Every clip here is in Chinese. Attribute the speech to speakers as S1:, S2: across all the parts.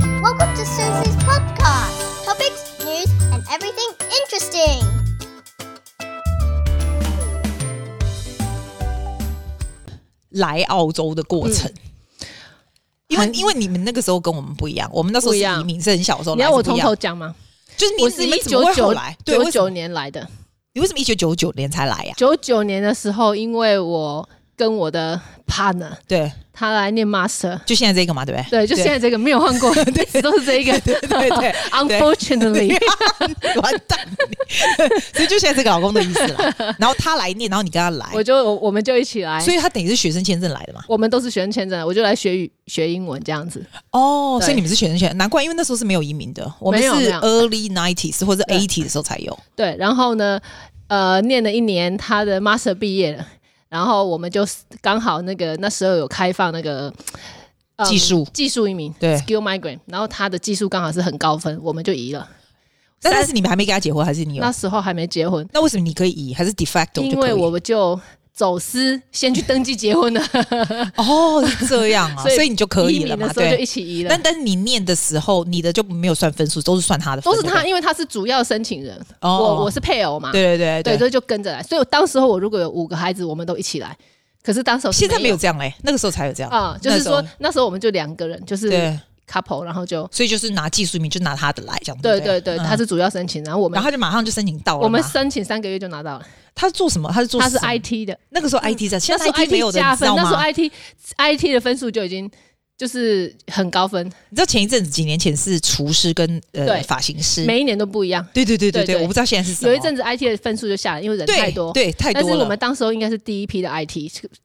S1: to Susie's podcast. Topics, news, and everything interesting.
S2: 来澳洲的过程。因为
S3: 很
S2: 因为你们那个时候跟我们不一样，我们那时候是
S3: 不一样
S2: 移民，是很小的时候
S3: 你
S2: 来。
S3: 要
S2: 是不
S3: 我
S2: 一
S3: 从
S2: 样
S3: 头讲吗？
S2: 就是
S3: 我
S2: 你
S3: 是
S2: 你
S3: 一
S2: 们怎么
S3: 九
S2: 会后
S3: 九
S2: 来？对，
S3: 九
S2: 为什么
S3: 九年来的。
S2: 你为什么一九九九年才来啊呀、
S3: 九九年的时候，因为我跟我的 partner
S2: 对，
S3: 他来念 master，
S2: 就现在这个嘛，对不对？
S3: 对，就现在这个没有换过，一直都是这一个。
S2: 对对
S3: Unfortunately，
S2: 对，完蛋你，所以就现在这个老公的意思 啦。然后他来念，然后你跟他来
S3: 我，就我我们就一起来，
S2: 所以他等于是学生签证来的嘛。
S3: 我们都是学生签证来，我就来学语学英文这样子。
S2: 哦，
S3: 对
S2: 所以你们是学生签，难怪，因为那时候是没有移民的，我们
S3: 没
S2: 是
S3: 有没有
S2: early nineties 或者
S3: 对
S2: eighty 的时候才有。
S3: 对，然后呢，呃，念了一年，他的 master 毕业了，然后我们就刚好那个那时候有开放那个、呃
S2: 技术
S3: 技术移民，
S2: 对
S3: ，skill migrant，然后他的技术刚好是很高分，我们就移了。
S2: 但但是你们还没跟他结婚，还是你有
S3: 那？时候还没结婚，
S2: 那为什么你可以移？还是 de facto？就
S3: 因
S2: 可以
S3: 为我就走私，先去登记结婚了，
S2: 哦是这样 啊，所以你就可以
S3: 移
S2: 了
S3: 民
S2: 嘛，
S3: 的时候就
S2: 对
S3: 一。起移了
S2: 但。但是你念的时候，你的就没有算分数，都是算他的分，
S3: 都是他，
S2: 对不对。
S3: 因为他是主要申请人，
S2: 哦
S3: 我我是配偶嘛，
S2: 对对对
S3: 对，所以就跟着来。所以我当时候我如果有五个孩子，我们都一起来。可是当时候是
S2: 现在没有
S3: 有
S2: 这样嘞、那个时候才有这样
S3: 啊，就是
S2: 那时候
S3: 说那时候我们就两个人，就是
S2: 对，
S3: couple，然后就
S2: 所以就是拿技术名就拿他的来这样，
S3: 对
S2: 不
S3: 对对，他
S2: 嗯
S3: 是主要申请，然后我们
S2: 然后他就马上就申请到了嘛。
S3: 我们申请三个月就拿到了，
S2: 他是做什么？他是做
S3: 他是
S2: 什么
S3: IT 的，
S2: 那个时候 IT 在，现在
S3: 那时候
S2: IT 没有
S3: IT
S2: 的，
S3: 加
S2: 你知
S3: 分，
S2: 道
S3: 那时候
S2: 吗？
S3: IT IT 的分数就已经就是很高分，
S2: 你知道前一阵子几年前是厨师跟呃
S3: 对
S2: 发型师，
S3: 每一年都不一样，
S2: 对对对对对，
S3: 对对
S2: 我不知道现在是什么。
S3: 有一阵子 IT 的分数就下来，因为人
S2: 对
S3: 太多。
S2: 对太多
S3: 但
S2: 了。
S3: 是我们当时候应该是第一批的 IT，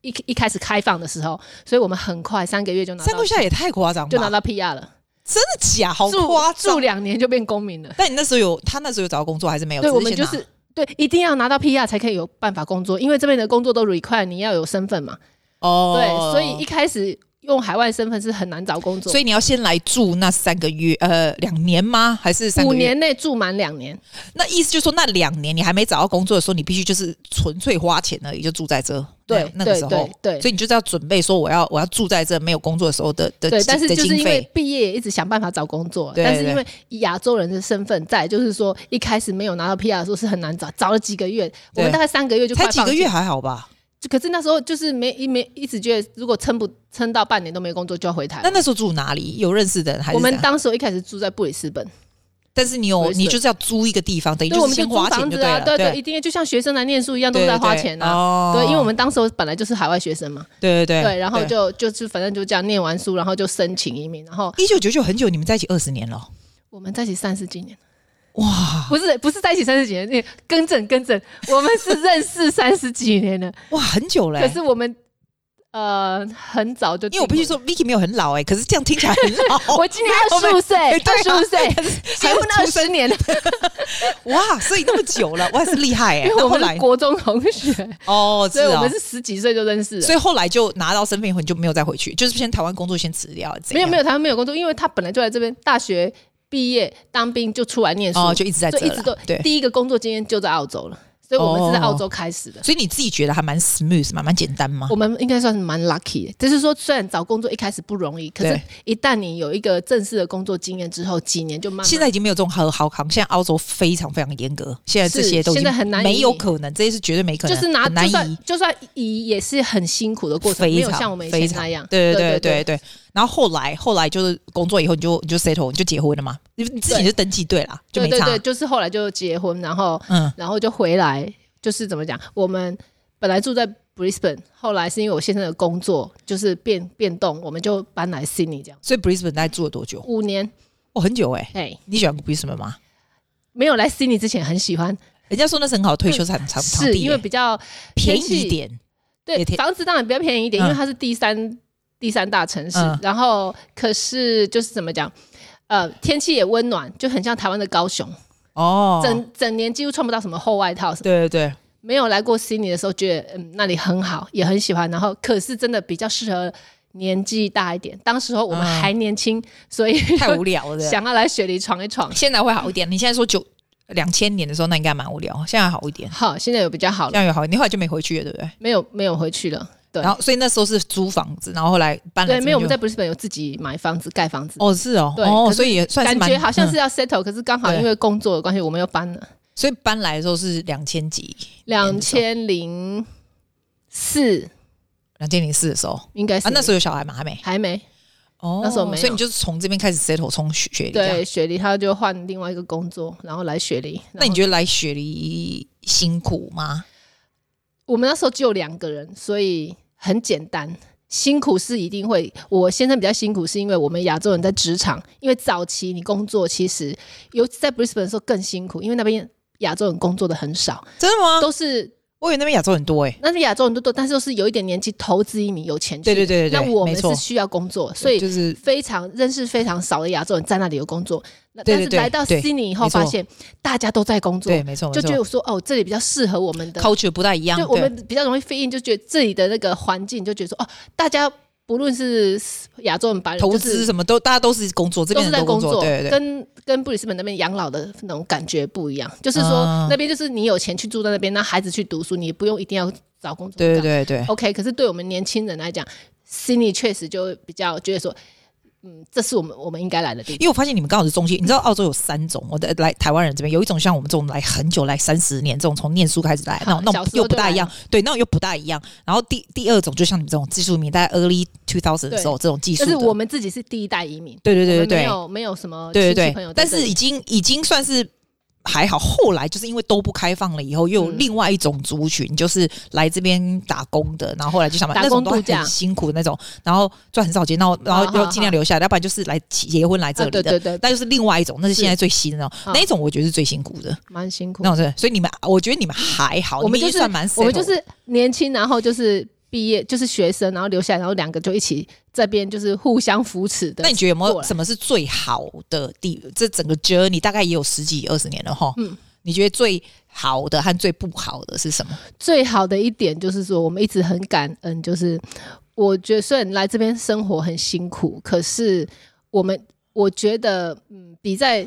S3: 一一开始开放的时候，所以我们很快三个月就拿
S2: 三
S3: 到
S2: 个下也太夸张吧，
S3: 就拿到 PR 了，
S2: 真的假？好
S3: 住
S2: 夸
S3: 住
S2: 张！啊
S3: 两年就变公民了。
S2: 但你那时候有他那时候有找到工作还是没有？
S3: 对，
S2: 只
S3: 我们
S2: 先
S3: 就
S2: 拿
S3: 是对，一定要拿到 PR 才可以有办法工作，因为这边的工作都 require 你要有身份嘛。
S2: 哦，
S3: 对，所以一开始用海外身份是很难找工作
S2: 所。以你要先来住那三个月呃两年吗？还是三
S3: 五
S2: 个月？
S3: 年内住满两年，
S2: 那意思就是说那两年你还没找到工作的时候，你必须就是纯粹花钱而已，就住在这。
S3: 对
S2: 那那个
S3: 对
S2: 时候。
S3: 对对
S2: 所以你就是要准备说，我要我要住在这没有工作的时候的的
S3: 对，但是
S2: 呃的
S3: 就是
S2: 经
S3: 因为
S2: 费，
S3: 毕业也一直想办法找工作，
S2: 对
S3: 但是
S2: 对
S3: 因为以亚洲人的身份在，就是说一开始没有拿到 PR 的时候是很难找，找了几个月，我们大概三个月就快
S2: 才几个
S3: 放弃
S2: 月，还好吧？
S3: 就可是那时候就是没一没一直觉得如果撑不撑到半年都没工作就要回台
S2: 那
S3: 湾。
S2: 那时候住哪里？有认识的人还是
S3: 哎我们
S2: 怎样
S3: 当时候一开始住在布里斯本，
S2: 但是你有
S3: 不是
S2: 你就是要租一个地方，等于
S3: 对，
S2: 就
S3: 我
S2: 是
S3: 们就
S2: 先
S3: 租
S2: 花钱
S3: 房
S2: 就
S3: 子啊，
S2: 了，
S3: 对对，一定就像学生来念书一样，都是在花钱啊。
S2: 啊
S3: 对，因为我们当时候本来就是海外学生嘛，
S2: 对对
S3: 对，然后就就是反正就这样念完书，然后就申请移民，然后
S2: 一九九九很久，你们在一起二十年了，
S3: 我们在一起三十几年，
S2: 哇
S3: 不是不是在一起三十几年，更正更正，我们是认识三十几年的，
S2: 哇，很久嘞、
S3: 可是我们呃很早就，。
S2: 因为我必须，说，Vicky 没有很老哎、可是这样听起来很老
S3: 我今年 二
S2: 没
S3: 十
S2: 有
S3: 五岁，
S2: 哎
S3: 二
S2: 对
S3: 十
S2: 啊
S3: 五岁结婚
S2: 还
S3: 二
S2: 出生
S3: 十年了，
S2: 哇，所以那么久了，哇，是厉害哎、
S3: 因为
S2: 那
S3: 我
S2: 后
S3: 们
S2: 来
S3: 是国中同学，
S2: 哦，
S3: 所以
S2: 啊
S3: 我们是十几岁就认识了
S2: 所。以后来就拿到身份以后，你就没有再回去，就是先台湾工作先辞掉，
S3: 没有没
S2: 有
S3: 有，他没有工作，因为他本来就来这边大学毕业当兵就出来念书，
S2: 哦，就一直在这
S3: 就
S2: 了
S3: 一直都
S2: 对。
S3: 第一个工作经验就在澳洲了，所以我们是在
S2: 哦
S3: 澳洲开始的。
S2: 所以你自己觉得还蛮 smooth 嘛，蛮简单嘛
S3: 我。们应该算是蛮 lucky 的，就是说虽然找工作一开始不容易，可是
S2: 对
S3: 一旦你有一个正式的工作经验之后，几年就慢慢
S2: 现在已经没有这种好好康，现在澳洲非常非常严格，现在这些都已经
S3: 是现在很难移
S2: 没有可能，这些是绝对没可能，
S3: 就是拿
S2: 很难
S3: 就
S2: 移
S3: 算，就算移也是很辛苦的过程，没
S2: 非
S3: 有
S2: 常
S3: 像我们以
S2: 非
S3: 前
S2: 常
S3: 那样。
S2: 对对
S3: 对
S2: 对对。然后后来后来就是工作以后，你就你就 settle，你就结婚了嘛，你你自己
S3: 对
S2: 就登记对啦，就
S3: 对
S2: 没
S3: 对
S2: 差。
S3: 对，就是后来就结婚，然后
S2: 嗯，
S3: 然后就回来，就是怎么讲，我们本来住在 Brisbane，后来是因为我先生的工作就是变变动，我们就搬来悉尼这样。
S2: 所以 Brisbane 大概住了多久？
S3: 五年，
S2: 哦，很久哎、
S3: 哎、
S2: 你喜欢 Brisbane 吗？
S3: 没有来悉尼之前很喜欢，
S2: 人家说那是很好的退休场场场
S3: 是
S2: 地、欸
S3: 因为比较
S2: 便
S3: 天
S2: 宜
S3: 气
S2: 一点，也
S3: 对
S2: 挺
S3: 房子当然比较便宜一点，因为
S2: 嗯
S3: 它是第三第三大城市
S2: 嗯，
S3: 然后可是就是怎么讲，呃，天气也温暖，就很像台湾的高雄，
S2: 哦，
S3: 整整年几乎穿不到什么厚外套什么。
S2: 对对对，
S3: 没有来过悉尼的时候，觉得嗯那里很好，也很喜欢。然后可是真的比较适合年纪大一点，当时候我们
S2: 嗯
S3: 还年轻，所以
S2: 太无聊了。
S3: 想要来雪梨闯一闯。
S2: 现在会好一点，你现在说九两千年的时候，那应该蛮无聊，现在好一点，
S3: 好，现在有比较好
S2: 现在
S3: 了，
S2: 有好一点，你后来就没回去了，对不对？
S3: 没有没有回去了。对
S2: 然后所以那时候是租房子，然后后来搬来
S3: 对，
S2: 这边就。
S3: 没有我们在布里斯本有自己买房子、盖房子，
S2: 哦是哦
S3: 对
S2: 哦，
S3: 可是
S2: 所以也算是
S3: 感
S2: 蛮
S3: 觉好像
S2: 嗯
S3: 是要 settle，、可是刚好
S2: 对
S3: 因为工作的关系，我们又搬了
S2: 所以搬来的时候是两千几，
S3: 两千零四，
S2: 两千零四的时候啊，
S3: 应该是、
S2: 那时候有小孩吗？还没
S3: 还没
S2: 哦，
S3: 那时候没有
S2: 所以你就是从这边开始 settle 从雪梨这样
S3: 对雪梨，他就换另外一个工作，然后来雪梨。
S2: 那你
S3: 然后
S2: 觉得来雪梨辛苦吗？
S3: 我们那时候只有两个人，所以很简单。辛苦是一定会，我先生比较辛苦，是因为我们亚洲人在职场，因为早期你工作其实，尤其在 Brisbane 的时候更辛苦，因为那边亚洲人工作的很少，
S2: 真的吗？
S3: 都是
S2: 我以为那边亚洲很多哎、
S3: 那是亚洲人都多，但是都是有一点年纪投资移民有钱去
S2: 对对对对对
S3: 那我们
S2: 没错
S3: 是需要工作，所以
S2: 就是
S3: 非常认识非常少的亚洲人在那里有工作。那
S2: 对
S3: 但
S2: 对
S3: 是
S2: 对
S3: 来到
S2: 对
S3: Sydney 以后，
S2: 没错
S3: 发现大家都在工作，
S2: 对，没错，
S3: 就
S2: 没
S3: 觉
S2: 错
S3: 得说哦，这里比较适合我们的，
S2: ，culture 不大一样
S3: 就，我
S2: 对，
S3: 们比较容易 fit in，就觉得这里的那个环境，就觉得说哦，大家不论是亚洲人、白人，
S2: 投
S3: 就是
S2: 资什么都大家都是工作，这
S3: 都
S2: 边
S3: 是
S2: 人
S3: 在
S2: 工
S3: 作，
S2: 对对对，
S3: 跟跟布里斯本那边养老的那种感觉不一样。就是说、
S2: 啊
S3: 那边就是你有钱去住在那边，那孩子去读书，你也不用一定要找工作。
S2: 对对
S3: 干嘛
S2: 对对，
S3: OK，可是对我们年轻人来讲，Sydney 确实就比较觉得说，嗯，这是我们我们应该来的地方。
S2: 因为我发现你们刚好是中间，你知道澳洲有三种，我的来台湾人这边有一种像我们这种来很久，来三十年这种从念书开始来，那种那
S3: 小
S2: 种
S3: 时
S2: 又
S3: 候
S2: 不
S3: 就
S2: 大
S3: 来
S2: 一样，对，那种又不大一样。然后第第二种就像你们这种技术民，大概 early two thousand 的时候这种技术
S3: 但
S2: 的，
S3: 是我们自己是第一代移民，
S2: 对对对
S3: 我
S2: 对对
S3: 们没有没有什么
S2: 对
S3: 亲
S2: 对
S3: 戚朋
S2: 对，
S3: 友在
S2: 但
S3: 这
S2: 是
S3: 里，
S2: 已经已经算是还好。后来就是因为都不开放了，以后又有
S3: 嗯
S2: 另外一种族群，就是来这边打工的，然后后来就想把
S3: 打
S2: 那种都
S3: 工度假
S2: 很辛苦的那种，然后赚很少钱，然后然后
S3: 好好
S2: 要尽量留下来，要不然就是来结婚来这
S3: 啊
S2: 里
S3: 对
S2: 的。
S3: 对对，
S2: 那就是另外一种，那是
S3: 是
S2: 现在最新的那种，
S3: 啊
S2: 那一种我觉得是最辛苦的，
S3: 蛮辛苦
S2: 那。种是。所以你们，啊我觉得你们还好，
S3: 我
S2: 哦
S3: 们
S2: 你已
S3: 就
S2: 经
S3: 是
S2: 算蛮 settle 的，
S3: 我们就是年轻，然后就是毕业，就是学生，然后留下来，然后两个就一起这边就是互相扶持的。
S2: 那你觉得有没有
S3: 过来
S2: 什么是最好的地？这整个 journey 大概也有十几二十年了哈。嗯，你觉得最好的和最不好的是什么？
S3: 最好的一点就是说，我们一直很感恩，就是我觉得虽然来这边生活很辛苦，可是我们我觉得，嗯，比在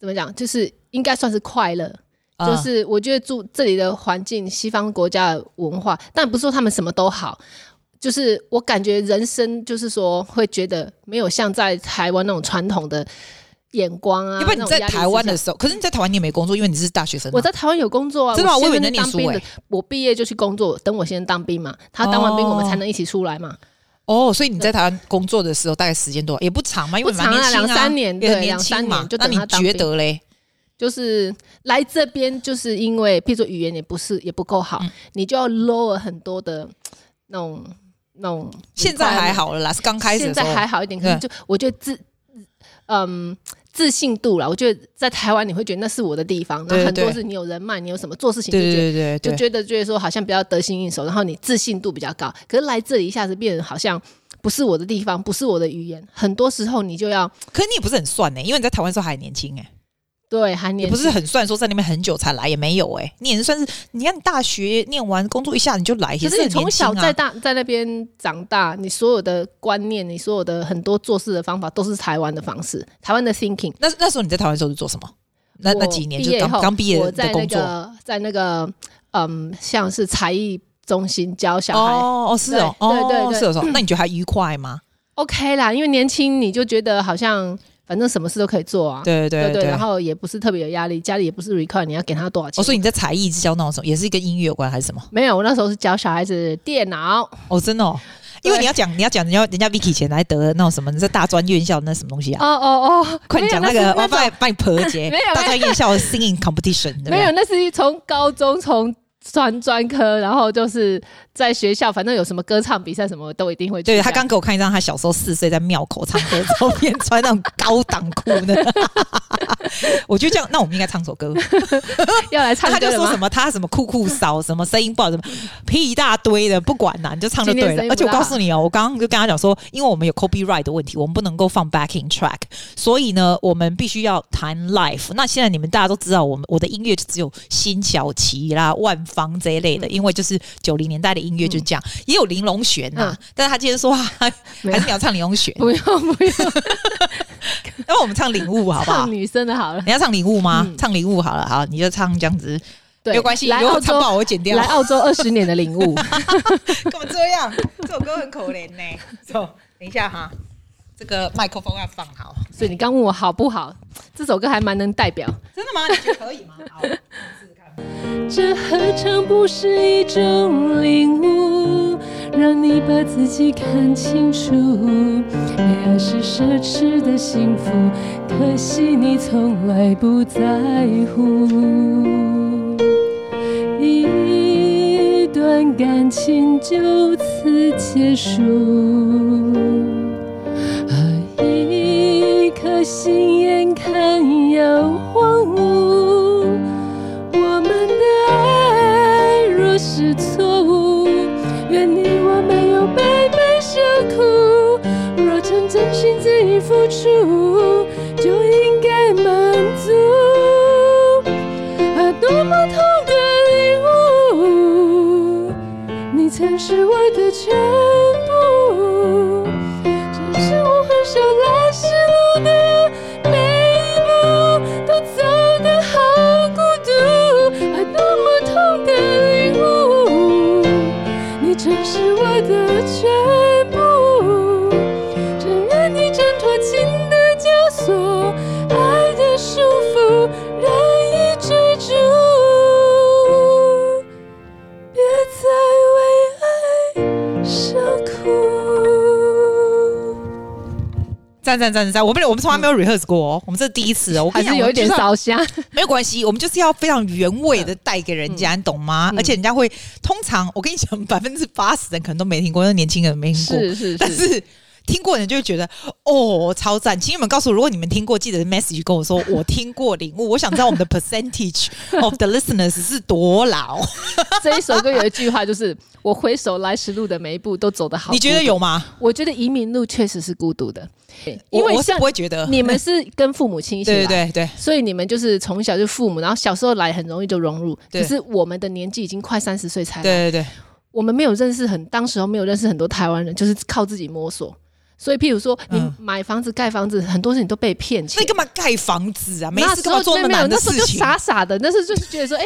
S3: 怎么讲，就是应该算是快乐。就
S2: 嗯
S3: 是我觉得住这里的环境，西方国家的文化，但不是说他们什么都好，就是我感觉人生就是说会觉得没有像在台湾那种传统的眼光
S2: 要
S3: 啊。
S2: 不然你
S3: 那种
S2: 在
S3: 压力之
S2: 台湾的
S3: 下，
S2: 时候，可是你在台湾你也没工作，因为你是大学生、啊。
S3: 我在台湾有工作啊，
S2: 真的吗
S3: 我先
S2: 我以为
S3: 生
S2: 你在念
S3: 当
S2: 书
S3: 兵的
S2: 欸，
S3: 我毕业就去工作，等我先生当兵嘛，他当完兵
S2: 哦
S3: 我们才能一起出来嘛。
S2: 哦，所以你在台湾工作的时候，大概时间多也不长嘛，因为
S3: 不
S2: 蛮
S3: 长啊
S2: 年轻
S3: 两三年
S2: 也很
S3: 对
S2: 年
S3: 两三
S2: 轻嘛
S3: 年。就
S2: 那
S3: 等
S2: 你
S3: 他当
S2: 觉
S3: 兵啊
S2: 得嘞？
S3: 就是来这边，就是因为譬如说语言也不是也不够好，
S2: 嗯
S3: 你就要 lower 很多的那种那种。
S2: 现在还。好了啦，是刚开始的
S3: 现
S2: 时
S3: 在
S2: 候。
S3: 还好一点，可是就我觉得自，嗯，自信度啦，我觉得在台湾你会觉得那是我的地方，
S2: 对
S3: 那很多
S2: 对
S3: 是你有人脉，你有什么做事情就
S2: 对
S3: 觉得
S2: 对对
S3: 就
S2: 对对，
S3: 觉得觉得说好像比较得心应手，然后你自信度比较高。可是来这里一下子变得好像不是我的地方，不是我的语言，很多时候你就要
S2: 可是你也不是很算呢、因为你在台湾的时候还年轻哎、
S3: 对还年
S2: 也不是很算说在那边很久才来，也没有哎、你也算是你看你大学念完工作一下你就来，
S3: 可
S2: 也
S3: 是你
S2: 很
S3: 从
S2: 年轻
S3: 小在
S2: 啊。
S3: 大在那边长大，你所有的观念，你所有的很多做事的方法都是台湾的方式，台湾的 thinking。
S2: 那那时候你在台湾的时候是做什么？那那
S3: 我
S2: 几年
S3: 毕
S2: 就是
S3: 业
S2: 刚
S3: 后
S2: 刚毕业
S3: 我
S2: 的
S3: 在那
S2: 工作
S3: 个在那个嗯，像是才艺中心教小孩、
S2: 哦哦是哦
S3: 对对对
S2: 哦
S3: 对
S2: 是哦，那你觉得还愉快吗？
S3: o k 啦，因为年轻你就觉得好像反正什么事都可以做啊，
S2: 对对
S3: 对
S2: 对，
S3: 然后也不是特别有压力，家里也不是 require 你要给他多少钱。
S2: 哦，所以你在才艺是教那种什么，也是跟音乐有关还是什么？
S3: 没有，我那时候是教小孩子电脑，
S2: 哦，真的、哦，因为
S3: 对
S2: 你要讲，你要讲，人家人家 Vicky 以前来得了那种什么，你在大专院校那什么东西啊？
S3: 哦哦哦，
S2: 快点讲
S3: 没有
S2: 个，
S3: 是
S2: 我帮
S3: 种
S2: 你帮你破解
S3: 没有没。有
S2: 大专院校的 singing competition 对不
S3: 没有，
S2: 对？
S3: 那是从高中从专专科，然后就是在学校，反正有什么歌唱比赛什么都一定会去这
S2: 对
S3: 样。
S2: 他刚给我看一张他小时候四岁在庙口唱歌的照片，穿那种高档裤呢。 我觉得这样，那我们应该唱首歌。
S3: 要来唱
S2: 他就
S3: 歌了
S2: 说
S3: 吗
S2: 什？么他什么酷酷骚，什么声音不好，什么屁一大堆的，不管啦，啊你就唱就
S3: 今天
S2: 对了
S3: 声。音
S2: 而且我
S3: 不大
S2: 告诉你哦，我刚刚就跟他讲说，因为我们有 copyright 的问题，我们不能够放 backing track，所以呢，我们必须要谈 live。那现在你们大家都知道，我们我的音乐就只有辛晓琪啦、万芳这一类
S3: 嗯
S2: 的，因为就是九零年代的音乐就是这样，也有玲珑璇呐、
S3: 嗯
S2: 啊但是他今天说哇还
S3: 没有
S2: 是你要唱玲珑 璇，
S3: 不用不用，
S2: 要不我们唱领悟好不好
S3: 唱？女生的好了。
S2: 你要唱礼物吗？
S3: 嗯
S2: 唱礼物好了，好，你就唱这样子。
S3: 对，
S2: 没有关系，
S3: 来
S2: 以后
S3: 澳
S2: 长
S3: 洲
S2: 把我剪掉
S3: 来。澳洲二十年的领悟，
S2: 干嘛这样？这首歌很可怜 呢。走，等一下哈，这个麦克风要放好。
S3: 所以你刚问我好不好，这首歌还蛮能代表。
S2: 真的吗？你觉得可以 吗？好，试试看。
S3: 这何尝不是一种领悟，让你把自己看清楚。恋爱是奢侈的幸福，可惜你从来不在乎。一段感情就此结束，而一颗心眼看要荒芜。我们的爱若是错误，愿你我没有白白受苦。若曾真心真意付出，就应该满足。啊，多么痛的领悟，你曾是我的全部，只是我很少来时路的每一步都走得好孤独，爱多么痛的领悟，你曾是我的全部，只愿你挣脱情的枷锁，爱的束缚，任意追逐。别再为爱受苦，
S2: 赞赞赞赞赞！我们我们从来没有 rehearse 过哦，我们这是第一次哦。我
S3: 嗯还
S2: 跟你
S3: 是
S2: 讲
S3: 有一点，
S2: 我们
S3: 烧香。
S2: 就是要没有关系，我们就是要非常原味的带给人家，你懂吗？
S3: 嗯
S2: 而且人家会通常，我跟你讲， 百分之八十人可能都没听过，那年轻人没听过，
S3: 是是
S2: 但
S3: 是，
S2: 是。听过的人就会觉得哦，超赞！请你们告诉我，如果你们听过，记得 message 跟我说我听过领悟。我想知道我们的 percentage of the listeners 是多老？
S3: 这一首歌有一句话就是“我回首来时路的每一步都走得好”，
S2: 你觉得？有吗？
S3: 我觉得移民路确实是孤独的，因
S2: 我
S3: 为
S2: 我是
S3: 像
S2: 不会觉得。
S3: 你们是跟父母亲一起来
S2: 对对。对对，
S3: 所以你们就是从小就父母，然后小时候来很容易就融入。
S2: 对
S3: 可是我们的年纪已经快三十岁才来
S2: 对 对对，
S3: 我们没有认识很，当时候没有认识很多台湾人，就是靠自己摸索。所以，譬如说，你
S2: 嗯
S3: 买房子、盖房子，很多事情都被骗
S2: 那
S3: 钱
S2: 你。干嘛盖房子啊？没
S3: 那
S2: 事
S3: 时
S2: 干嘛
S3: 候
S2: 做
S3: 没
S2: 么
S3: 没有，
S2: 难的
S3: 那时候
S2: 事
S3: 就
S2: 情？
S3: 傻傻的，那时候就是觉得说，哎、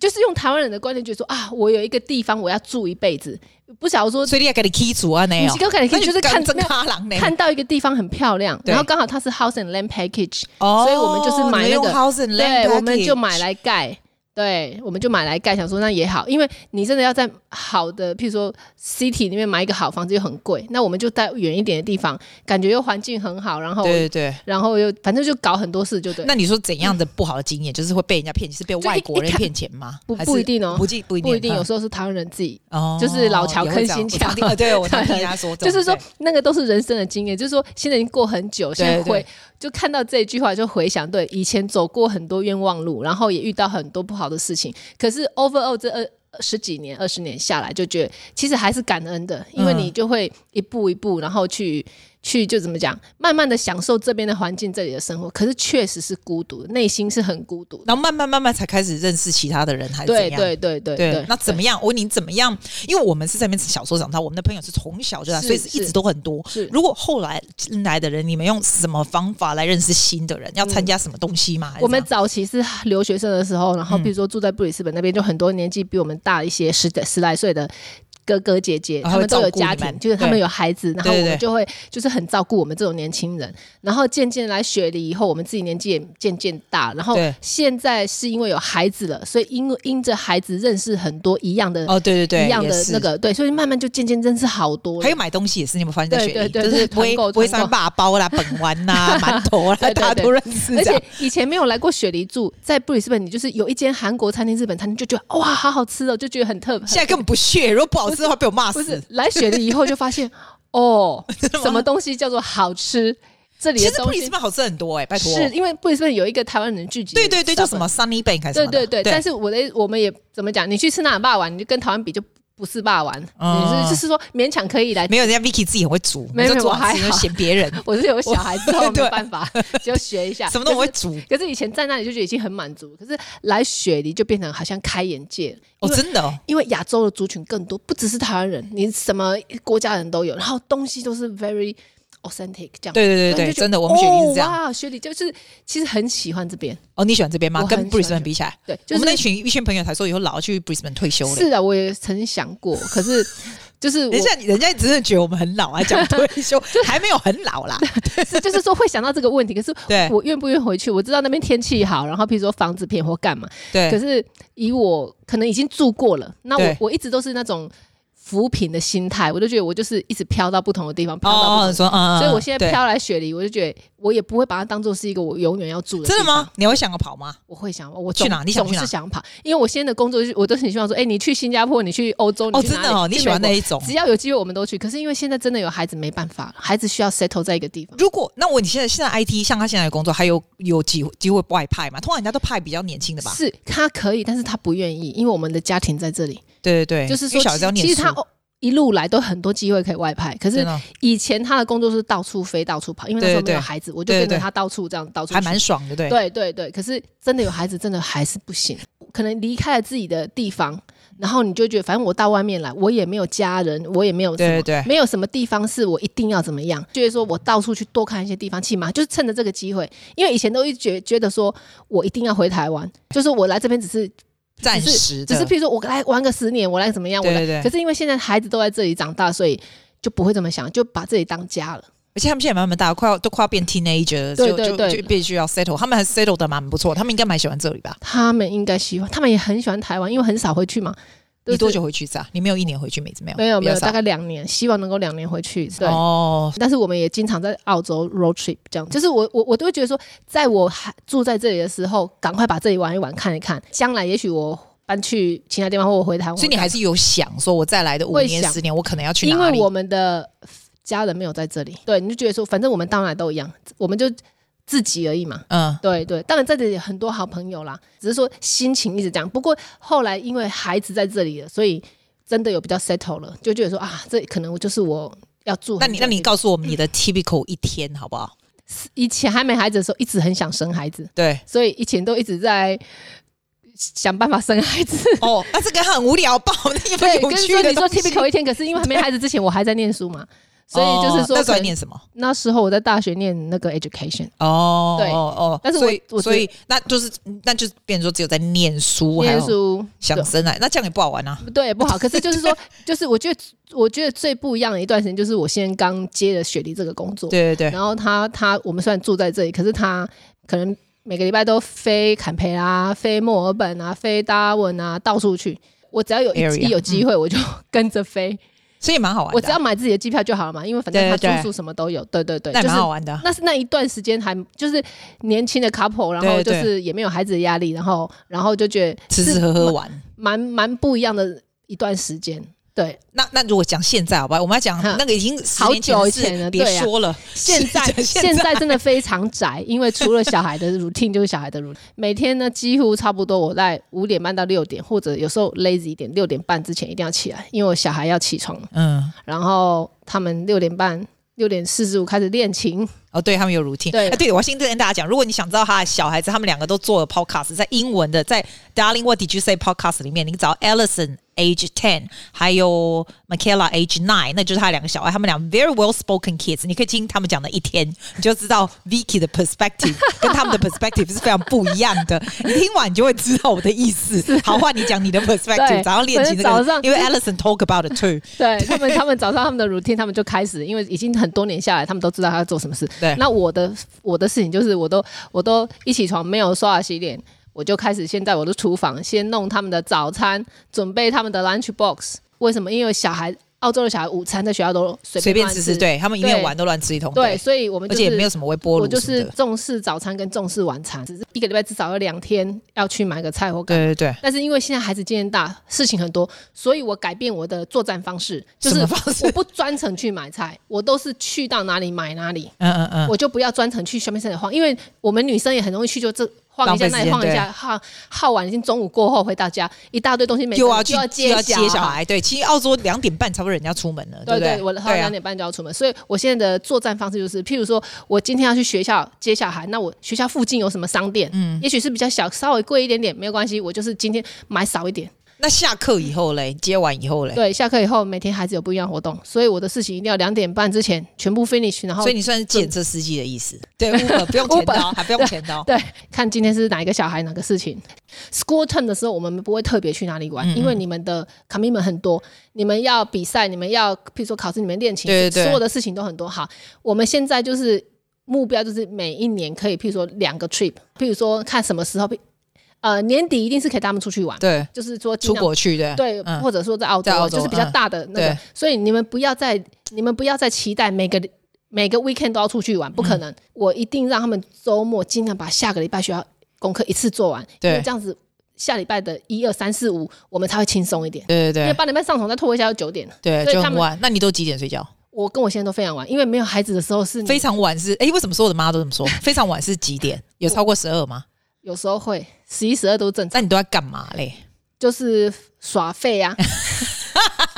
S3: 就是用台湾人的观念，觉得说啊，我有一个地方我要住一辈子，不晓得说
S2: 所以你要给你剔除啊，那
S3: 你
S2: 样
S3: 是。刚感觉就是看
S2: 真
S3: 没有
S2: 哈郎呢，
S3: 看到一个地方很漂亮，
S2: 对
S3: 然后刚好它是 house and land package，
S2: 哦
S3: 所以我们就是买那个
S2: 你用 house and land，
S3: 对，我们
S2: package
S3: 就买来盖。对，我们就买来盖，想说那也好，因为你真的要在好的，譬如说 city 里面买一个好房子又很贵，那我们就在远一点的地方，感觉又环境很好，然后
S2: 对对对。
S3: 然后又反正就搞很多事，就对。
S2: 那你说怎样的不好的经验，就是会被人家骗钱，是被外国人骗钱吗？
S3: 不
S2: 还是
S3: 不一定哦
S2: 不记不一定，
S3: 不一定，
S2: 嗯
S3: 有时候是台湾人自己，
S2: 哦
S3: 就是老乔跟新
S2: 也
S3: 乔
S2: 会这样我常听呃对我常 听他说这种，
S3: 就是说
S2: 对
S3: 那个都是人生的经验，就是说现在已经过很久，现在
S2: 对对
S3: 回就看到这一句话就回想，对以前走过很多冤枉路，然后也遇到很多不好的事情，可是 overall 这二。十几年、二十年下来，就觉得其实还是感恩的，因为
S2: 嗯
S3: 你就会一步一步，然后去去就怎么讲，慢慢的享受这边的环境、这里的生活。可是确实是孤独的，内心是很孤独的。
S2: 然后慢慢慢慢才开始认识其他的人，还是
S3: 对
S2: 怎样？
S3: 对对对对，
S2: 那怎么样？我问你怎么样？因为我们是在那边小时候长大，我们的朋友是从小就在，
S3: 是
S2: 所以是一
S3: 是
S2: 直都很多。
S3: 是
S2: 如果后来进来的人，你们用什么方法来认识新的人？要参加什么东西吗？还是
S3: 嗯我们
S2: 怎样
S3: 早期是留学生的时候，然后
S2: 啊嗯
S3: 比如说住在布里斯本那边，就很多年纪比我们大一些十十来岁的。哥哥姐姐，
S2: 然
S3: 他
S2: 后
S3: 们都有
S2: 哦照顾你
S3: 家
S2: 们
S3: 庭，就是他们
S2: 对
S3: 有孩子，然后
S2: 对
S3: 我
S2: 对对
S3: 们就会就是很照顾我们这种年轻人。然后渐渐来雪梨以后，我们自己年纪也渐渐大，然后
S2: 对
S3: 现在是因为有孩子了，所以因为因着孩子认识很多一样的、
S2: 哦，对对对，
S3: 一样
S2: 也
S3: 的
S2: 是
S3: 那个对，所以慢慢就渐渐认识好多了。
S2: 还有买东西也是，你有没有发现在
S3: 对
S2: 雪梨，
S3: 对对
S2: 就是
S3: 对
S2: 不会
S3: 团购
S2: 不会上
S3: 团购
S2: 面霸包 啦、本丸啦、馒头啦，
S3: 对对对
S2: 大家都认识
S3: 而
S2: 这样
S3: 且。以前没有来过雪梨住，在布里斯本，你就是有一间韩国餐厅、日本餐厅，就觉得哇，好好吃哦，就觉得很特别。
S2: 现在根本不屑，如果不好吃的话被我骂
S3: 不是
S2: 死。
S3: 来雪梨以后就 发现，哦，
S2: 的吗
S3: 什么东西叫做好吃？这里
S2: 其
S3: 的
S2: 实布
S3: 东
S2: 里斯
S3: 西
S2: 班好吃很多哎，拜托。
S3: 是因为布里斯本有一个台湾人聚集，
S2: 对对对，叫什么？Sunny Bank 还是什
S3: 对
S2: 么的？
S3: 对对，但是我的我们也怎么讲？你去吃那霸王，你就跟台湾比就不是霸王，
S2: 哦
S3: 你是就是说勉强可以来。
S2: 没有人家 Vicky 自己很会煮，
S3: 没
S2: 你就
S3: 有没有
S2: 做
S3: 我
S2: 好吃
S3: 还
S2: 就
S3: 好
S2: 嫌别人，
S3: 我是有小孩之后没
S2: 对
S3: 有办法，就学一下
S2: 什么都我
S3: 可
S2: 会
S3: 是
S2: 煮。
S3: 可是以前在那里就觉得已经很满足，可是来雪梨就变成好像开眼界了。
S2: 哦，
S3: 因为
S2: 真的哦，
S3: 因为亚洲的族群更多，不只是台湾人，你什么国家人都有，然后东西都是 very authentic 这样。
S2: 对对对对
S3: 然后就觉得
S2: 真的我们雪梨是这样
S3: 哦哇，雪梨就是其实很喜欢这边，
S2: 哦，你喜欢这边吗？
S3: 我很
S2: 跟
S3: 喜欢这
S2: Brisbane
S3: 边
S2: 比起来，
S3: 对，
S2: 我
S3: 就是
S2: 们那群一群朋友才说以后老要去 Brisbane 退休了。
S3: 是啊，我也曾想过，可是 就是我
S2: 人家人家只是觉得我们很老啊，讲退 休还没有很老啦。
S3: 是就是说会想到这个问题，可是
S2: 对
S3: 我愿不愿意回去？我知道那边天气好，然后譬如说房子便宜或干嘛，
S2: 对，
S3: 可是以我可能已经住过了，那我
S2: 哎对
S3: 我一直都是那种扶贫的心态，我就觉得我就是一直飘到不同的地方，
S2: 哦
S3: 飘到
S2: 哦，
S3: 不同
S2: 你
S3: 的
S2: 说嗯，嗯
S3: 所以我现
S2: 嗯
S3: 在。飘来雪梨，我就觉得我也不会把它当做是一个我永远要住
S2: 对
S3: 的。
S2: 真的吗？？你会想要跑吗？
S3: 我会想，我
S2: 去
S3: 总
S2: 哪你想去哪
S3: 总是想跑，因为我现在的工作就是，我都很希望说，哎、你去新加坡，你去欧洲，
S2: 哦，
S3: 你去
S2: 真
S3: 哪里
S2: 的哦，你喜欢那？
S3: 去美
S2: 一种
S3: 国只？要有机会，我们都去。可是因为现在真的有孩子，没办法，孩子需要 settle 在一个地方。
S2: 如果那我你现在现在 IT 像他现在的工作，还有有机机会外派嘛？通常人家都派比较年轻的吧？
S3: 是他可以，但是他不愿意，因为我们的家庭在这里，
S2: 对对对，
S3: 就是
S2: 因
S3: 说
S2: 为小孩子要
S3: 其，
S2: 念
S3: 其
S2: 书，
S3: 实他哦一路来都很多机会可以外派，可
S2: 真
S3: 是
S2: 的哦
S3: 以前他的工作是到处飞、到处跑，因为那时候
S2: 对
S3: 没
S2: 对
S3: 有孩子，我就跟
S2: 对对
S3: 着他到处这样到处
S2: 还
S3: 去
S2: 蛮爽的，对。
S3: 对对对，可是真的有孩子，真的还是不行。可能离开了自己的地方，然后你就觉得，反正我到外面来，我也没有家人，我也没有什
S2: 对
S3: 么，
S2: 对
S3: 没有什么地方是我一定要怎么样，就是说我到处去多看一些地方，起码就是趁着这个机会，因为以前都一直觉觉得说我一定要回台湾，就是我来这边只是
S2: 暂
S3: 只是
S2: 时
S3: 只
S2: 的，
S3: 是，譬如说我来玩个十年，我来怎么样，我来，
S2: 对对对
S3: 可是因为现在孩子都在这里长大，所以就不会这么想，就把自己当家了。
S2: 而且他们现在也慢慢大，快要都快要变 teenager，了
S3: 对
S2: 就
S3: 对
S2: 就
S3: 对
S2: 就必须要 settle。他们还 settle 的蛮不错，他们应该蛮喜欢这里吧？
S3: 他们应该喜欢，他们也很喜欢台湾，因为很少回去嘛。都
S2: 你多
S3: 是
S2: 久回去一次啊？你没有一年回去每次没有？
S3: 没有没有，
S2: 哦比较
S3: 大
S2: 少
S3: 概两年，希望能够两年回去一次。对。
S2: 哦，
S3: 但是我们也经常在澳洲 road trip 这样，就是我我我都会觉得说，在我还住在这里的时候，赶快把这里玩一玩看一看，将来也许我搬去其他地方或我回台湾，
S2: 所以你还是有想说，我再来的五
S3: 哦会
S2: 年、
S3: 想
S2: 十年，我可能要去
S3: 因
S2: 哪里？
S3: 为我们的家人没有在这里，对，你就觉得说，反正我们到哪都一样，我们就自己而已嘛，
S2: 嗯，
S3: 对对，当然在这里很多好朋友啦，只是说心情一直这样。不过后来因为孩子在这里了，所以真的有比较 settle 了，就觉得说啊，这可能就是我要住
S2: 那
S3: 很久的地
S2: 你
S3: 方。
S2: 那你告诉我们你
S3: 嗯
S2: 的 typical 一天好不好？
S3: 以前还没孩子的时候，一直很想生孩子，
S2: 对，
S3: 所以以前都一直在想办法生孩子。
S2: 哦，那这个很无聊爆，那有没
S3: 对，
S2: 有有
S3: 跟你
S2: 趣
S3: 说
S2: 的
S3: 你
S2: 东
S3: 说
S2: 西哦
S3: typical 一天，可是因为还没孩子之前，我还在念书嘛，所以就是说
S2: 哦那时候
S3: 可
S2: 还
S3: 能
S2: 念什么？
S3: 那时候我在大学念那个 education，
S2: 哦，
S3: 对
S2: 哦哦，
S3: 但是
S2: 所以
S3: 我我
S2: 所以
S3: 觉
S2: 那就是那就是变成说只有在念书，还
S3: 念
S2: 有
S3: 书
S2: 想生来，那这样也不好玩啊。
S3: 对，不好。可是 就是说，就是我觉得，我觉得最不一样的一段时间，就是我先刚接了雪梨这个工作，
S2: 对对对，
S3: 然后他他我们虽然住在这里，可是他可能每个礼拜都飞坎培拉、飞墨尔本啊、飞达尔文啊，到处去。我只要有一
S2: Area，嗯
S3: 一有机会，我就 跟着飞。
S2: 所以蛮好玩的啊。
S3: 我只要买自己的机票就好了嘛，因为反正他
S2: 对对
S3: 住宿什么都有。对对对，
S2: 那也
S3: 就
S2: 蛮
S3: 是
S2: 好玩的啊。
S3: 那是那一段时间还就是年轻的 couple，然后
S2: 对
S3: 就
S2: 对
S3: 是也没有孩子的压力，然后然后就觉得
S2: 吃吃喝喝玩。
S3: 蛮蛮不一样的一段时间。对，
S2: 那那如果讲现在好吧，我们要讲
S3: 哈
S2: 那个已经十
S3: 好
S2: 年前
S3: 久
S2: 的
S3: 以
S2: 事
S3: 前了
S2: 别
S3: 对啊
S2: 说了。
S3: 现在
S2: 现
S3: 现在真的非常宅，因为除了小孩的 routine 就是小孩的 routine，每天呢几乎差不多我在五点半到六点，或者有时候 lazy 一点，六点半之前一定要起来，因为我小孩要起床了，
S2: 嗯，
S3: 然后他们六点半。六点四十五开始练琴，
S2: 哦，对他们有 routine。
S3: 对
S2: 啊对，我要先跟大家讲，如果你想知道他的小孩子，他们两个都做了 podcast，在英文的，在 Darling What Did You Say podcast 里面，你找 Allison。Age ten，还有 Michaela Age nine，那就是他两个小孩，他们俩 very well spoken kids，你可以听他们讲的一天，你就知道 Vicky 的 perspective 跟他们的 perspective 是非常不一样的。你听完你就会知道我的意思。好，换你讲你的 perspective，
S3: 对
S2: 早上练习那个，
S3: 反正早上
S2: 因为 Allison talk about it too，
S3: 对他们，他们早上他们的 routine，他们就开始，因为已经很多年下来，他们都知道他要做什么事。
S2: 对
S3: 那我的我的事情就是，我都我都一起床没有刷牙洗脸，我就开始先在我的厨房先弄他们的早餐，准备他们的 lunch box。为什么？因为小孩澳洲的小孩午餐在学校都随
S2: 随便
S3: 乱
S2: 吃
S3: 吃，
S2: 吃，对他们一面
S3: 对
S2: 玩都乱吃一通，
S3: 对，所以我们、
S2: 而
S3: 就是、
S2: 且也没有什么微波
S3: 我
S2: 炉
S3: 就
S2: 什么
S3: 是
S2: 的。
S3: 重视早餐跟重视晚餐，只是一个礼拜至少有两天要去买个菜或干嘛
S2: 对对对，
S3: 但是因为现在孩子渐渐大，事情很多，所以我改变我的作战方式，就
S2: 什
S3: 是
S2: 么方式
S3: 我不专程去买菜，我都是去到哪里买哪里，
S2: 嗯嗯嗯，
S3: 我就不要专程去 shopping center 晃，因为我们女生也很容易去就这。晃一下，
S2: 浪费时
S3: 那
S2: 间
S3: 里晃一
S2: 对
S3: 下，耗耗完已经中午过后回到家，一大堆东西没
S2: 又
S3: 整
S2: 要啊
S3: 理
S2: 去
S3: 就要
S2: 又
S3: 接
S2: 要接小
S3: 小
S2: 孩，对，其实澳洲两点半差不多人家出门了，
S3: 对
S2: 不对？
S3: 我后来两
S2: 对啊
S3: 点半就要出门，所以我现在的作战方式就是，譬如说我今天要去学校接小孩，那我学校附近有什么商店，嗯，也许是比较小，稍微贵一点点没有关系，我就是今天买少一点。
S2: 那下课以后嘞，接完以后嘞，
S3: 对，下课以后每天孩子有不一样活动，所以我的事情一定要两点半之前全部 finish，然后
S2: 所以你算是哦检测司机的意思，对 Uber 不用钱刀，还不用钱哦刀。
S3: 对，看今天是哪一个小孩哪个事情。School term 的时候，我们不会特别去哪里玩，
S2: 嗯嗯
S3: 因为你们的 commitment 很多，你们要比赛，你们要譬如说考试，你们练琴，
S2: 对对对
S3: 所有的事情都很多。好，我们现在就是目标就是每一年可以，譬如说两个 trip，譬如说看什么时候，譬呃，年底一定是可以带他们出去玩，
S2: 对，
S3: 就是说尽
S2: 出
S3: 量
S2: 国去的，
S3: 对，
S2: 嗯
S3: 或者说在澳洲啊，
S2: 在澳洲嗯
S3: 就是比较大的那个。
S2: 对
S3: 所以你们不要再，你们不要再期待每个每个 weekend 都要出去玩，不
S2: 嗯
S3: 可能。我一定让他们周末尽量把下个礼拜学校功课一次做完，
S2: 对
S3: 因为这样子下礼拜的一二三四五我们才会轻松一点。
S2: 对
S3: 因为
S2: 对
S3: 八点半上床再拖一下就九点了。
S2: 对对，
S3: 所以
S2: 就
S3: 他
S2: 很
S3: 们
S2: 晚。那你都几点睡觉？
S3: 我跟我先生都非常晚，因为没有孩子的时候是你
S2: 非常晚是，哎，为什么说我的妈都这么 说？非常晚是几点？有超过十二吗？
S3: 有时候会十一十二都正常，
S2: 那你都在干嘛嘞？
S3: 就是耍废 啊，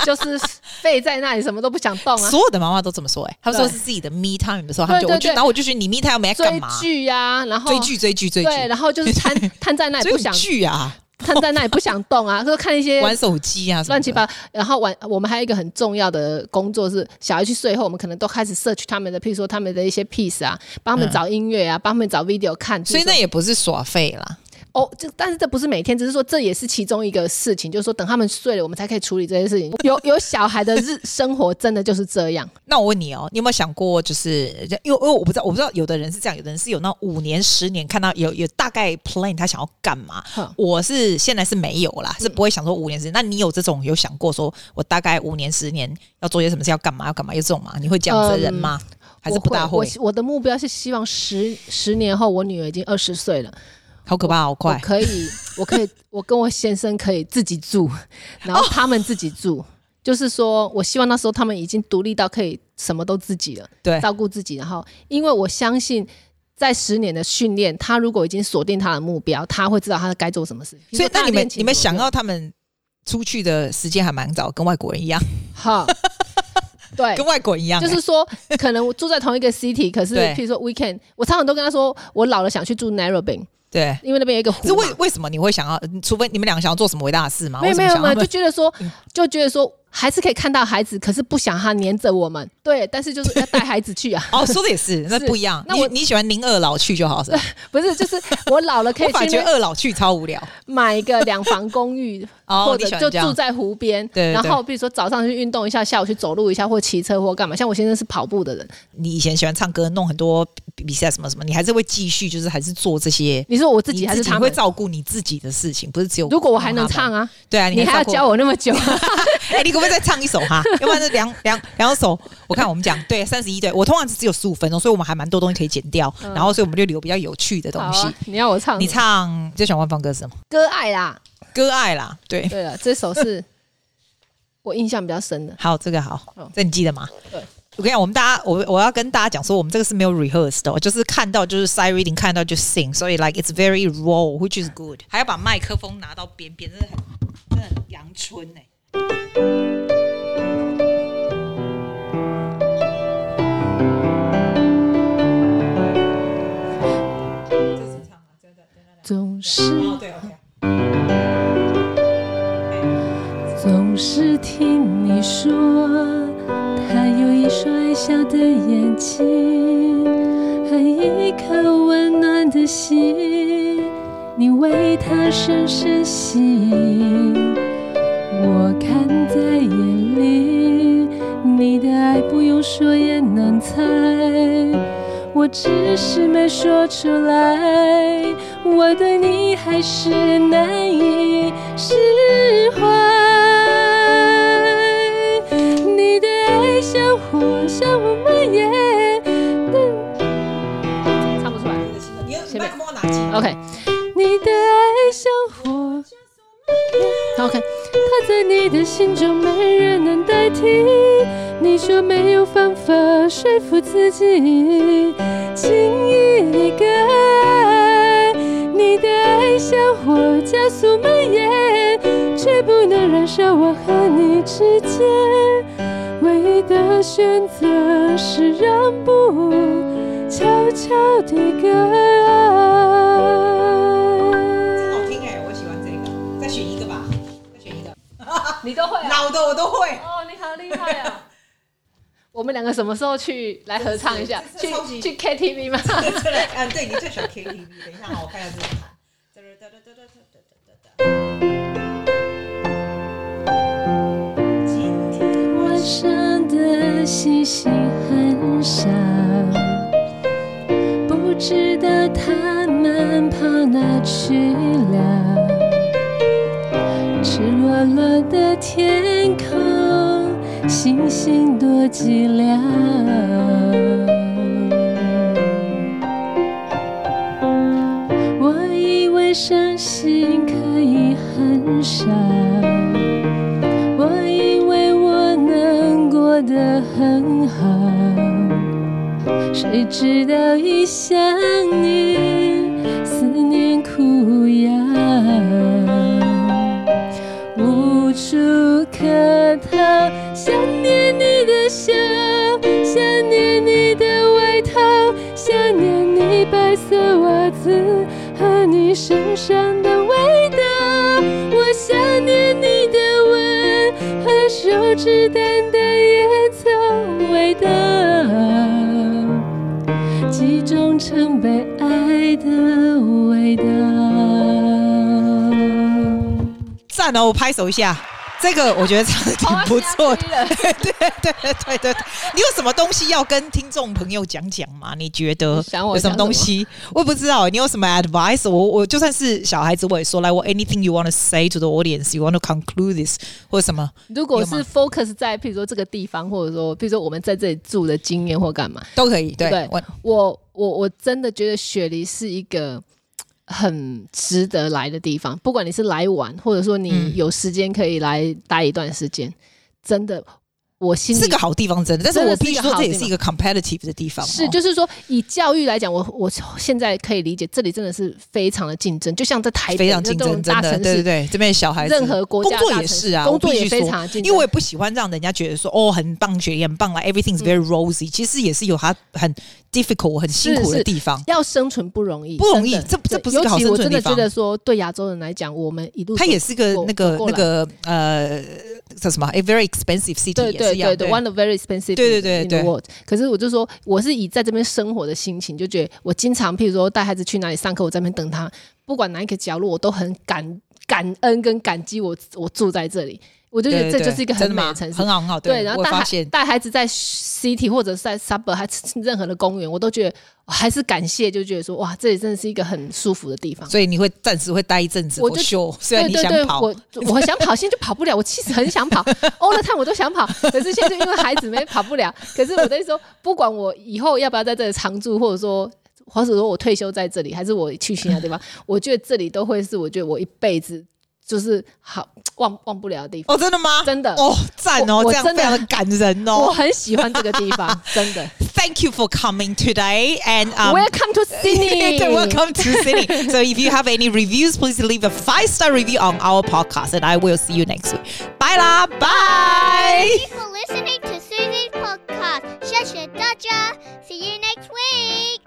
S3: 就是废在那里什么都不想动啊。
S2: 所有的妈妈都这么说，哎，她们说
S3: 对
S2: 是自己的 me time 的时候，她们就
S3: 对对
S2: 我就，
S3: 对
S2: 然后我就觉得你 me time 没在干
S3: 追
S2: 嘛？
S3: 剧呀、然后
S2: 追剧追剧追剧，
S3: 对，然后就是瘫瘫在那里
S2: 追
S3: 不
S2: 什么
S3: 想
S2: 剧啊，
S3: 瘫在那里不想动啊，就是看一些
S2: 玩手机啊，什么的
S3: 乱七。八，然后晚我们还有一个很重要的工作是，小孩去睡后，我们可能都开始 search 他们的，譬如说他们的一些 piece 啊，帮他们找音乐啊，帮他们找 video 看。
S2: 嗯所以那
S3: 譬
S2: 也不是耍废啦，
S3: 如说哦，这但是这不是每天，只是说这也是其中一个事情，就是说等他们睡了，我们才可以处理这些事情。有有小孩的日生活真的就是这样，
S2: 那我问你哦，你有没有想过，就是因为因为我不知道，我不知道有的人是这样，有的人是有那五年、十年看到有有大概 plan 他想要干嘛
S3: 哼。嗯
S2: 我是现在是没有啦，是不会想说五年、十年。那你有这种有想过说，我大概五年、十年要做些什么事，要干嘛，要干嘛？有这种吗？你会这样子的人吗？还是
S3: 嗯我
S2: 不大
S3: 会
S2: 会？
S3: 我我的目标是希望十十年后，我女儿已经二十岁了，
S2: 好可怕，好
S3: 我
S2: 快！
S3: 可以，我可以，我跟我先生可以自己 住，然后他们自己住。就是说，我希望那时候他们已经独立到可以什么都自己了，
S2: 对
S3: 照顾自己。然后，因为我相信，在十年的训练，他如果已经锁定他的目标，他会知道他该做什么事。
S2: 所以那你们你们想
S3: 要
S2: 要他们出去的时间还蛮早，跟外国人一样，
S3: 哈？对，
S2: 跟外国人一样、欸
S3: 就是说，可能我住在同一个 city，可是
S2: 对
S3: 譬如说 weekend，我常常都跟他说，我老了想去住 Narrabeen，
S2: 对。
S3: 因为那边有一个湖
S2: 是
S3: 嘛。
S2: 为为什么你会想要？除非你们两个想要做什么伟大的事吗？
S3: 没有没
S2: 啊为什
S3: 有
S2: 么想
S3: 没有，
S2: 要嗯
S3: 就觉得说，就觉得说，还是可以看到孩子，可是不想他黏着我们。对，但是就是要带孩子去啊，
S2: 哦，说的也是，那不一样。
S3: 那
S2: 你
S3: 我
S2: 你喜欢宁二老去就好 是吧？
S3: 不是，就是我老了可
S2: 我
S3: 以
S2: 反而
S3: 去
S2: 觉得呃
S3: 那
S2: 二老去超无聊。
S3: 买一个两房公寓，
S2: 哦
S3: 或，
S2: 你
S3: 者
S2: 喜欢
S3: 就
S2: 这
S3: 住
S2: 样。
S3: 在湖边。
S2: 对对
S3: 然后比如说早上去运动一下，下午去走路一下，或骑车或干嘛。像我先生是跑步的人，
S2: 你以前喜欢唱歌，弄很多比比赛什么什么，你还是会继续，就是还是做这些。
S3: 你说我自
S2: 你
S3: 己还是他
S2: 会
S3: 们？
S2: 照顾你自己的事情，不是只有
S3: 如果我还能唱
S2: 啊，
S3: 啊，
S2: 对啊，
S3: 你还要教
S2: 我？
S3: 我那么久？ 啊
S2: 哎，你可不可以再唱一首哈？ 要不然是两两两首。我看我们讲对三十一对，我通常只有十五分钟，所以我们还蛮多东西可以剪掉，
S3: 嗯
S2: 然后所以我们就留比较有趣的东
S3: 好
S2: 西
S3: 啊。，你要我唱？
S2: 你唱最喜欢放歌是什么？
S3: 歌爱啦。
S2: 嗯割爱啦，对，
S3: 对了，啊这首是我印象比较深的。
S2: 好，这个好
S3: 嗯，
S2: 这你记得吗？
S3: 对
S2: 我跟你讲，我们大家，我我要跟大家讲说，我们这个是没有 rehearse 的哦，就是看到就是 side reading，看到就 sing，所以 like it's very raw，which is good。还要把麦克风拿到边边，真的很真的很阳春哎、啊
S3: 总是
S2: 哦，对，OK，
S4: 总是听你说，他有一双爱笑的眼睛，和一颗温暖的心，你为他深深吸引。我看在眼里，你的爱不用说也能猜，我只是没说出来，我对你还是难以释怀。你的爱像火，像火蔓延，
S3: 唱不出来。
S2: 你要麦克风要拿近。
S3: OK
S4: 你的爱像火。
S3: OK，
S4: 他在你的心中没人能代替。你说没有方法说服自己，轻易离开。你的爱像火加速蔓延，却不能燃烧我和你之间。唯一的选择是让步，悄悄地割爱。
S2: 好听哎、我喜欢这个，再选一个吧，再选一
S3: 你都会、啊、
S2: 老的我都会。
S4: 哦，你好厉害啊！
S3: 我们两个什么时候去来合唱一下？
S2: 这是超级
S3: 去去 KTV 吗？
S2: 嗯，对你最喜欢 KTV。等一下哈，我看一下这个盘。哒哒哒哒哒哒哒哒
S4: 今天晚上的星星很少，不知道它们跑哪去了。赤裸裸的天空，星星多寂寥。我以为伤心可以很少。我以为我能过得很好，谁知道一想你，思念苦药，无处可逃。想念你的笑，想念你的外套，想念你白色袜子和你身上的味道。我想念你的吻和手指淡淡野草味道，集中成被爱的味道。
S2: 赞哦，我拍手一下。这个我觉得唱的挺不错
S3: 哦
S2: 的，对 对对对对对。你有什么东西要跟听众朋友讲讲吗？你觉得
S3: 你想我
S2: 有什么
S3: 讲什么
S2: 东西？我也不知道。你有什么 advice？我我就算是小孩子，我也说来，我 anything you want to say to the audience，you want to conclude this 或者什么
S3: 如果
S2: 有
S3: 是
S2: 吗
S3: focus 在譬如说这个地方，或者说譬如说我们在这里住的经验或干嘛，
S2: 都可以。对，
S3: 对
S2: 我
S3: 我我我真的觉得雪梨是一个很值得来的地方，不管你是来玩，或者说你
S2: 嗯
S3: 有时间可以来待一段时间，真的，我心里
S2: 是个好地方，真的。但是
S3: 真的
S2: 我
S3: 是
S2: 必
S3: 一
S2: 须
S3: 个
S2: 说，
S3: 好
S2: 这也
S3: 地
S2: 是一个 competitive 的地方哦。
S3: 是，就是说以教育来讲，我我现在可以理解，这里真的是非常的竞争，就像在台北
S2: 非常竞
S3: 哎这种
S2: 争，真
S3: 大城
S2: 的，
S3: 市，
S2: 对对对，这边的小孩子，
S3: 任何国
S2: 工
S3: 家
S2: 作
S3: 大
S2: 也
S3: 城
S2: 是
S3: 市
S2: 啊，
S3: 工
S2: 我
S3: 作
S2: 必
S3: 也
S2: 须
S3: 非
S2: 说
S3: 常竞
S2: 因为我
S3: 争嗯
S2: 也不喜欢让人家觉得说哦很棒，学历很棒啦，everything's very rosy，、其实也是有它很 difficult、很辛苦
S3: 是
S2: 的地方。
S3: 要生存不容易，
S2: 不容易
S3: 真的
S2: 这这
S3: 对
S2: 不是个好
S3: 尤其
S2: 生
S3: 我
S2: 存
S3: 真
S2: 的
S3: 的
S2: 地方
S3: 觉得说，对亚洲人来讲，我们一路
S2: 它
S3: 走
S2: 也是个
S3: 过
S2: 那个
S3: 走过
S2: 那
S3: 来
S2: 个呃叫什么？a very expensive city
S3: 对
S2: 也是
S3: 对
S2: 一样
S3: 对对，one of very expensive
S2: 对对对
S3: in the
S2: 对
S3: world。可是我就说，我是以在这边生活的心情，就觉得我经常，譬如说带孩子去哪里上课，我在那边等他，不管哪一个角落，我都很感感恩跟感激我我住在这里。我就觉得
S2: 对对
S3: 这就是一个
S2: 真
S3: 很
S2: 的
S3: 美
S2: 吗
S3: 的城市
S2: 很，好很好。
S3: 对，然后
S2: 我
S3: 带
S2: 发
S3: 孩
S2: 现
S3: 带孩子在 city 或者是在 suburb 还是任何的公园，我都觉得我还是感谢，就觉得说哇，这里真的是一个很舒服的地方。
S2: 所以你会暂时会待一阵子，
S3: 我
S2: 不
S3: 就
S2: 秀，虽
S3: 对
S2: 然你
S3: 对
S2: 想
S3: 对，
S2: 跑，
S3: 我我想跑，现在就跑不了。我其实 很想跑，all the time 我都想跑，可是现在就因为孩子没跑不了。可是我的意思说，不管我以后要不要在这里常住，或者说，或者说我退休在这里，还是我去其他地方，我觉得这里都会是我觉得我一辈子就是好忘忘不了的地方。
S2: 哦，真的吗？
S3: 真的
S2: 哦，赞哦，
S3: 我我
S2: 这样
S3: 真
S2: 非
S3: 的
S2: 常的感人
S3: 我
S2: 哦。
S3: 很喜欢这个地方，真的。
S2: Thank you for coming today and um,
S3: Welcome to Sydney，
S2: 对，Welcome to Sydney. so if you have any reviews, please leave a five star review on our podcast, and I will see you next week. Bye la, bye.
S1: Thank you for listening to Susie's podcast. Shasha Dodger. See you next week.